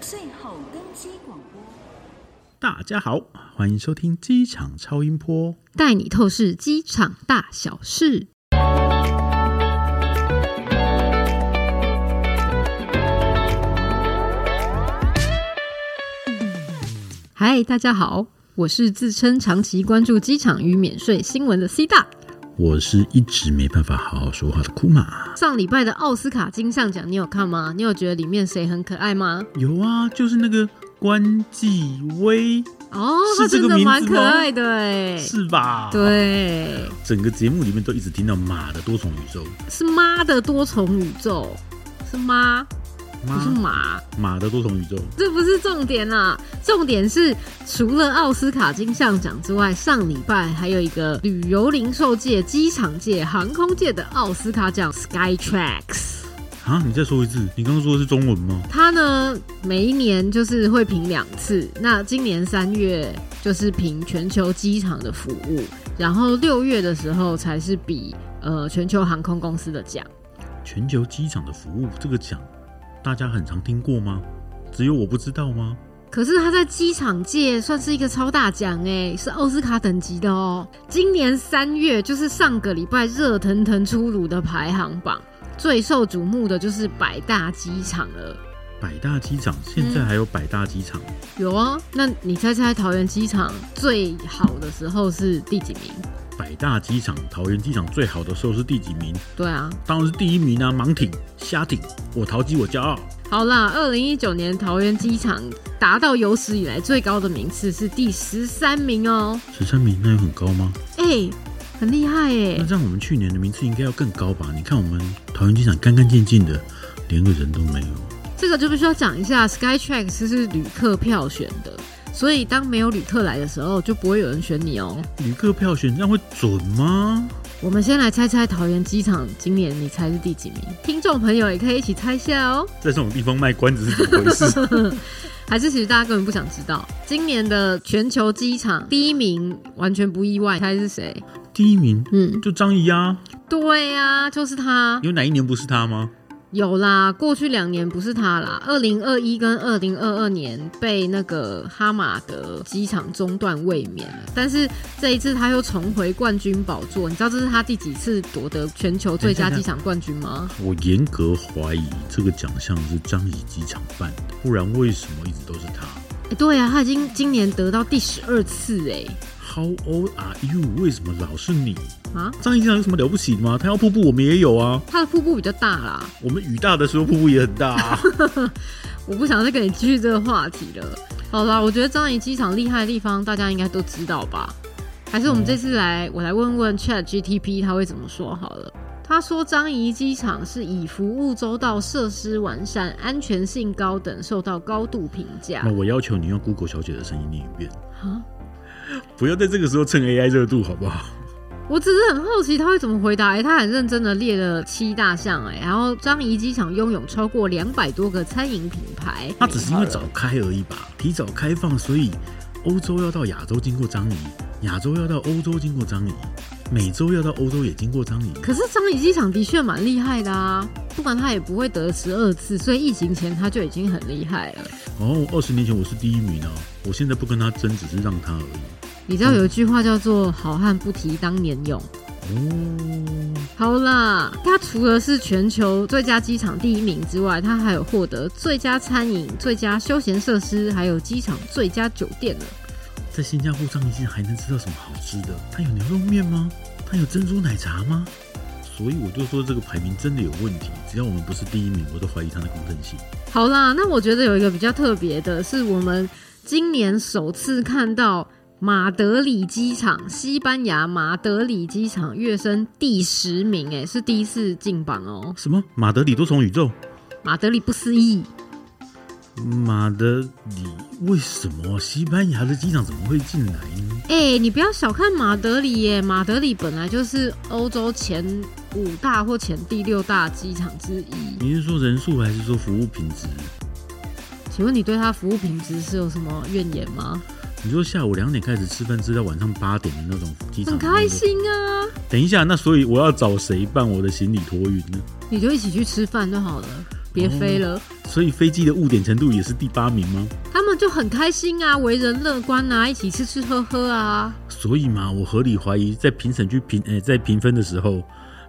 最后登机广播。大家好，欢迎收听机场超音波。带你透视机场大小事。嗨，大家好，我是自称长期关注机场与免税新闻的 C 大。我是一直没办法好好说话的库玛。上礼拜的奥斯卡金像奖你有看吗？你有觉得里面谁很可爱吗？有啊，就是那个关继威，哦，是他这真个的名字蛮可吗爱的哎，是吧？，对，整个节目里面都一直听到马的多重宇宙，是妈的多重宇宙，是妈，不是马马。马的多重宇宙。这不是重点啦，重点是除了奥斯卡金像奖之外，上礼拜还有一个旅游零售界、机场界、航空界的奥斯卡奖 Skytrax。啊，你再说一次，你刚刚说的是中文吗？它呢，每一年就是会评两次。那今年三月就是评全球机场的服务，然后六月的时候才是比呃全球航空公司的奖。全球机场的服务这个奖，大家很常听过吗？只有我不知道吗？可是他在机场界算是一个超大奖哎，是奥斯卡等级的哦。今年三月就是上个礼拜热腾腾出炉的排行榜，最受瞩目的就是百大机场了。百大机场现嗯在还有百大机场，有啊，那你猜猜桃园机场最好的时候是第几名？百大机场桃园机场最好的时候是第几名？对啊，当然是第一名啊！盲挺、瞎挺，我淘机我骄傲。好啦，二零一九年桃园机场达到有史以来最高的名次是第十三名哦，十三名那有很高吗？哎、很厉害哎、那这样我们去年的名次应该要更高吧？你看我们桃园机场干干净净的，连个人都没有。这个就必须要讲一下，Skytrax 是旅客票选的，所以当没有旅客来的时候，就不会有人选你哦。旅客票选这样会准吗？我们先来猜猜桃园机场今年你猜是第几名？听众朋友也可以一起猜一下哦。在这种地方卖关子是怎么回 事？还是其实大家根本不想知道，今年的全球机场第一名完全不意外，猜是谁？第一名嗯，就张怡啊，对呀、就是他。有哪一年不是他吗？有啦，过去两年不是他啦，二零二一跟二零二二年被那个哈马德机场中断卫冕了，但是这一次他又重回冠军宝座。你知道这是他第几次夺得全球最佳机场冠军吗？我严格怀疑这个奖项是张怡机场办的，不然为什么一直都是他诶对啊，他已经今年得到第十二次哎、 ？How old are you？为什么老是你？啊，张怡机场有什么了不起的吗？他要瀑布，我们也有啊。他的瀑布比较大啦。我们雨大的时候瀑布也很大、啊。我不想再跟你继续这个话题了。好啦，我觉得樟宜机场厉害的地方，大家应该都知道吧？还是我们这次来，我来问问 Chat GTP 他会怎么说好了。他说，樟宜机场是以服务周到、设施完善、安全性高等受到高度评价那。我要求你用 Google 小姐的声音念一遍，啊，不要在这个时候蹭 AI 热度，好不好？我只是很好奇他会怎么回答。哎、他很认真的列了七大项，哎，然后樟宜机场拥有超过两百多个餐饮品牌。它只是因为早开而已吧，提早开放，所以欧洲要到亚洲经过张仪，亚洲要到欧洲经过张仪，美洲要到欧洲也经过张仪。可是樟宜机场的确蛮厉害的啊，不管他也不会得十二次，所以疫情前他就已经很厉害了。哦，二十年前我是第一名啊，我现在不跟他争，只是让他而已。你知道有一句话叫做“好汉不提当年勇哦，”。好啦，他除了是全球最佳机场第一名之外，他还有获得最佳餐饮、最佳休闲设施，还有机场最佳酒店呢。在新加坡张仪竟然还能吃到什么好吃的？它有牛肉面吗？它有珍珠奶茶吗？所以我就说这个排名真的有问题，只要我们不是第一名，我都怀疑它的公正性。好啦，那我觉得有一个比较特别的是，我们今年首次看到马德里机场，西班牙马德里机场跃升第十名，哎，是第一次进榜哦。什么？马德里多重宇宙？马德里不思议，马德里为什么西班牙的机场怎么会进来呢？哎，你不要小看马德里耶，马德里本来就是欧洲前五大或前第六大机场之一。你是说人数还是说服务品质？请问你对它服务品质是有什么怨言吗？你说下午两点开始吃饭，吃到晚上八点的那种机场，很开。心啊，等一下，那所以我要找谁办我的行李托运呢？你就一起去吃饭就好了。别飞了。所以飞机的误点程度也是第八名吗？他们就很开心啊，为人乐观啊，一起吃吃喝喝啊。所以嘛，我合理怀疑，在评审去评诶、在评分的时候，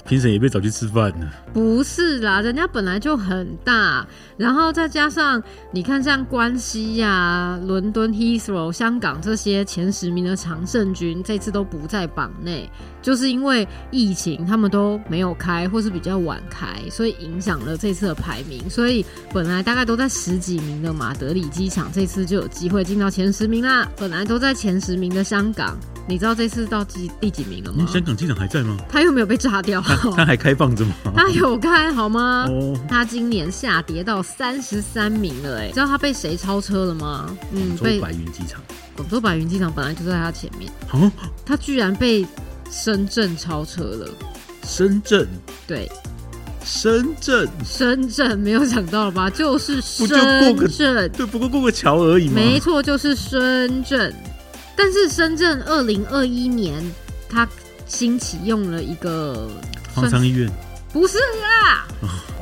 评审也被找去吃饭了。不是啦，人家本来就很大，然后再加上你看像关西呀、啊伦敦 Heathrow、香港这些前十名的常胜军，这次都不在榜内，就是因为疫情他们都没有开，或是比较晚开，所以影响了这次的排名。所以本来大概都在十几名的马德里机场，这次就有机会进到前十名啦。本来都在前十名的香港，你知道这次到第第几名了嗯吗？香港机场还在吗？他又没有被炸掉。它还开放着吗？哦他有开好吗？哦，他今年下跌到三十三名了，哎，知道他被谁超车了吗？嗯，州被白云机场。广州白云机场本来就在他前面，哦，他居然被深圳超车了。深圳，对，深圳，深圳没有想到了吧？就是不深就过个圳，对，不过过个桥而已嘛。没错，就是深圳。但是深圳二零二一年，它兴起用了一个方舱医院不是啦，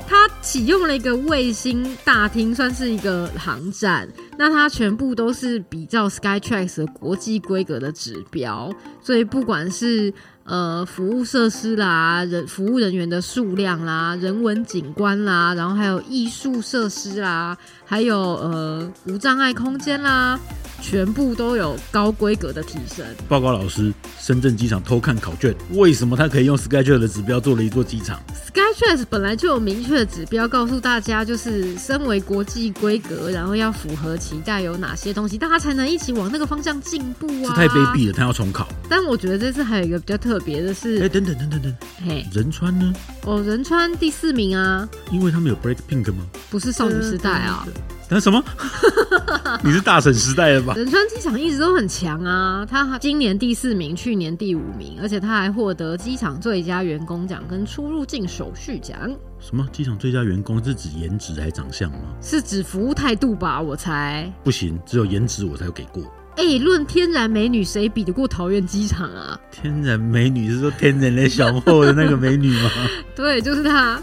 它启用了一个卫星大厅，算是一个航站。那它全部都是比照 Skytrax 的国际规格的指标，所以不管是呃服务设施啦、人服务人员的数量啦、人文景观啦，然后还有艺术设施啦，还有呃无障碍空间啦，全部都有高规格的提升。报告老师，深圳机场偷看考卷，为什么他可以用 SkyJet 的指标做了一座机场？ Skytrax 本来就有明确的指标告诉大家，就是身为国际规格，然后要符合期待有哪些东西，大家才能一起往那个方向进步这啊。太卑鄙了，他要重考。但我觉得这次还有一个比较特别的哎、是，等等等等等，嘿，仁川呢？哦，仁川第四名啊，因为他们有 Break Pink 吗？不是少女时代啊。那什 么？你是大婶时代了吧？哦仁川机场一直都很强啊，他今年第四名，去年第五名，而且他还获得机场最佳员工奖跟出入境手续奖，什么机场最佳员工是指颜值还是长相吗？是指服务态度吧？我猜。不行，只有颜值我才有给过。哎、论天然美女，谁比得过桃园机场啊？天然美女是说天然的小后的那个美女 吗？对，就是他。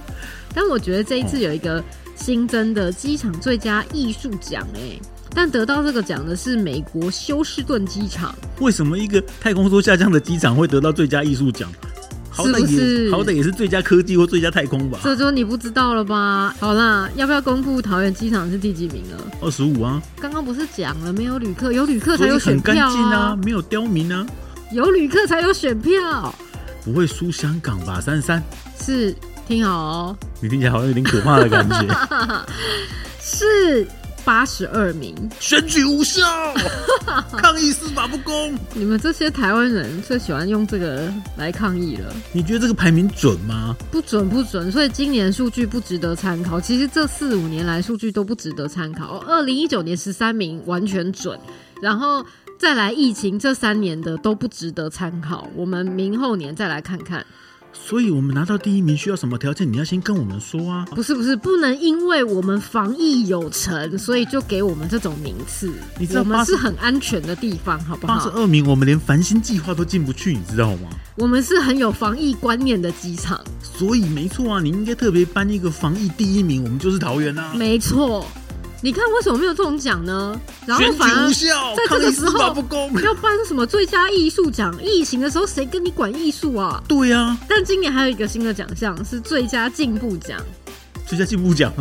但我觉得这一次有一个新增的机场最佳艺术奖，哎，但得到这个奖的是美国休斯顿机场，为什么一个太空梭下降的机场会得到最佳艺术奖？好歹也是不是好歹也是最佳科技或最佳太空吧？这就你不知道了吧？好啦，要不要公布桃园机场是第几名了？二十五啊，刚刚不是讲了没有旅客，有旅客才所以有选很干票净啊，，没有刁民啊，有旅客才有选票，不会输香港吧？三十三，是听好哦，你听起来好像有点可怕的感 觉。是八十二名。选举无效，抗议司法不公。你们这些台湾人最喜欢用这个来抗议了。你觉得这个排名准吗？不准不准，所以今年数据不值得参考。其实这四五年来数据都不值得参考。哦二零一九年十三名完全准，然后再来疫情这三年的都不值得参考。我们明后年再来看看。哦所以我们拿到第一名需要什么条件？你要先跟我们说啊。不是不是，不能因为我们防疫有成，所以就给我们这种名次你知。道我们80是很安全的地方，好不八十好？二名，我们连繁星计划都进不去，你知道吗？我们是很有防疫观念的机场。所以没错啊，你应该特别颁一个防疫第一名，我们就是桃园啊。没错，你看为什么没有这种奖呢？然后选反举而无效，在这抗个议司时法候不公。要颁什么最佳艺术奖？疫情的时候谁跟你管艺术啊？对啊，但今年还有一个新的奖项是最佳进步奖，最佳进步奖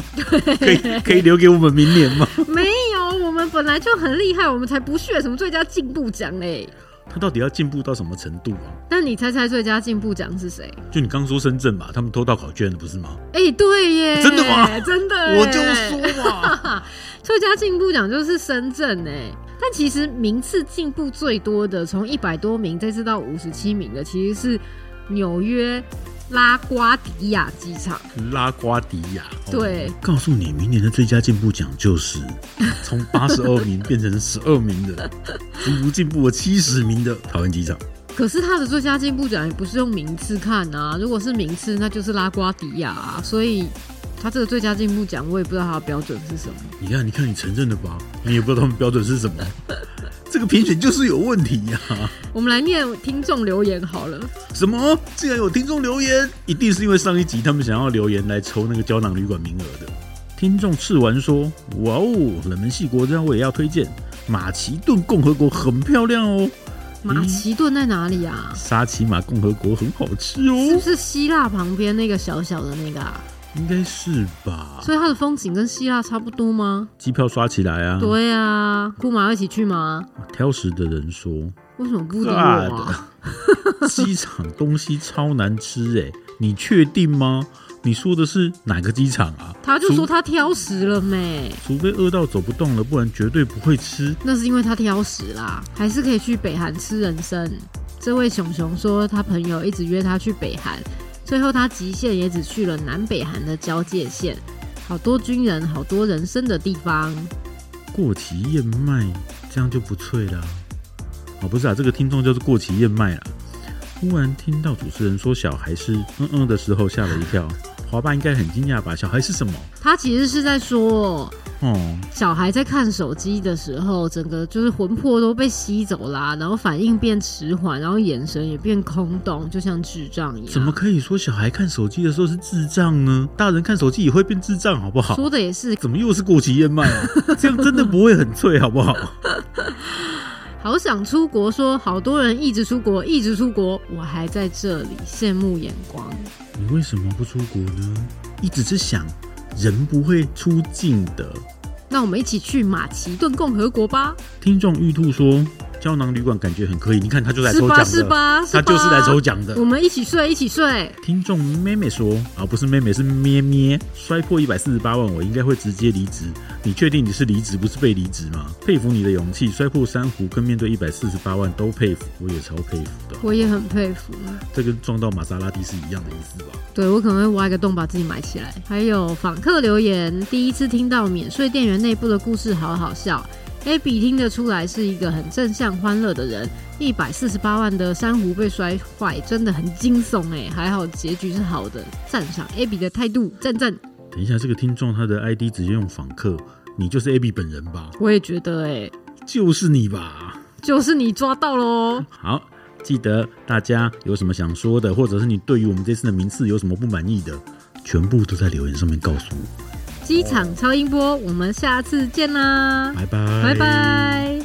可以可以留给我们明年吗？没有，我们本来就很厉害，我们才不屑什么最佳进步奖嘞。他到底要进步到什么程度啊？那你猜猜最佳进步奖是谁？就你刚说深圳吧，他们偷盗考卷了，不是吗？哎、对耶，真的吗？真的耶，我就说嘛，最佳进步奖就是深圳哎。但其实名次进步最多的，从一百多名这次到五十七名的，其实是纽约拉瓜迪亚机场。拉瓜迪亚。哦对，告诉你，明年的最佳进步奖就是从八十二名变成十二名的，足足进步了七十名的桃园机场。可是他的最佳进步奖也不是用名次看啊，如果是名次，那就是拉瓜迪亚、啊，所以他这个最佳进步奖，我也不知道他的标准是什么。你看，你看，你承认了吧？你也不知道他们标准是什么，这个评选就是有问题呀、我们来念听众留言好了，什么？竟然有听众留言，一定是因为上一集他们想要留言来抽那个胶囊旅馆名额的。听众吃完说：“哇哦，冷门系国家我也要推荐，马其顿共和国很漂亮哦，马其顿在哪里啊？沙琪玛共和国很好吃是不哦，是希腊旁边那个小小的那个啊？应该是吧？所以它的风景跟希腊差不多吗？机票刷起来啊！对啊，姑妈一起去吗？挑食的人说， 为什么不理我啊？ God 机场东西超难吃哎、你确定吗？你说的是哪个机场啊？他就除说他挑食了没？除非饿到走不动了，不然绝对不会吃。那是因为他挑食啦，还是可以去北韩吃人参。这位熊熊说，他朋友一直约他去北韩，最后他极限也只去了南北韩的交界线，好多军人，好多人参的地方。过期燕麦这样就不脆啦。哦，不是啊，这个听众就是过期燕麦啦。忽然听到主持人说小孩是嗯嗯的时候，吓了一跳。华爸应该很惊讶吧？小孩是什么？他其实是在说，哦，小孩在看手机的时候，整个就是魂魄都被吸走啦，然后反应变迟缓，然后眼神也变空洞，就像智障一样。怎么可以说小孩看手机的时候是智障呢？大人看手机也会变智障，好不好？说的也是，怎么又是过期燕麦 啊？这样真的不会很脆，好不好？好想出国说，好多人一直出国，一直出国，我还在这里，羡慕眼光。你为什么不出国呢？一直是想人不会出境的。那我们一起去马其顿共和国吧，听众玉兔说，胶囊旅馆感觉很可以，你看他就来是抽奖吧？的，是吧？他就是来抽吧奖的我。们一起睡，一起睡。听众妹妹说啊，不是妹妹是咩咩，摔破一百四十八万，我应该会直接离职。你确定你是离职不是被离职吗？佩服你的勇气，摔破珊瑚跟面对一百四十八万都佩服，我也超佩服的。我也很佩服，这跟撞到玛莎拉蒂是一样的意思吧？对我可能会挖一个洞把自己埋起来。还有访客留言，第一次听到免税店员内部的故事，好好笑。Abby 听得出来是一个很正向欢乐的人，一百四十八万的珊瑚被摔坏，真的很惊悚哎，还好结局是好的，赞赏 Abby 的态度，赞赞。等一下，这个听众他的 ID 直接用访客，你就是 AB 本人吧？我也觉得哎、就是你吧？就是你抓到喽。好，记得大家有什么想说的，或者是你对于我们这次的名次有什么不满意的，全部都在留言上面告诉我。机场超音波，我们下次见啦，拜拜，拜拜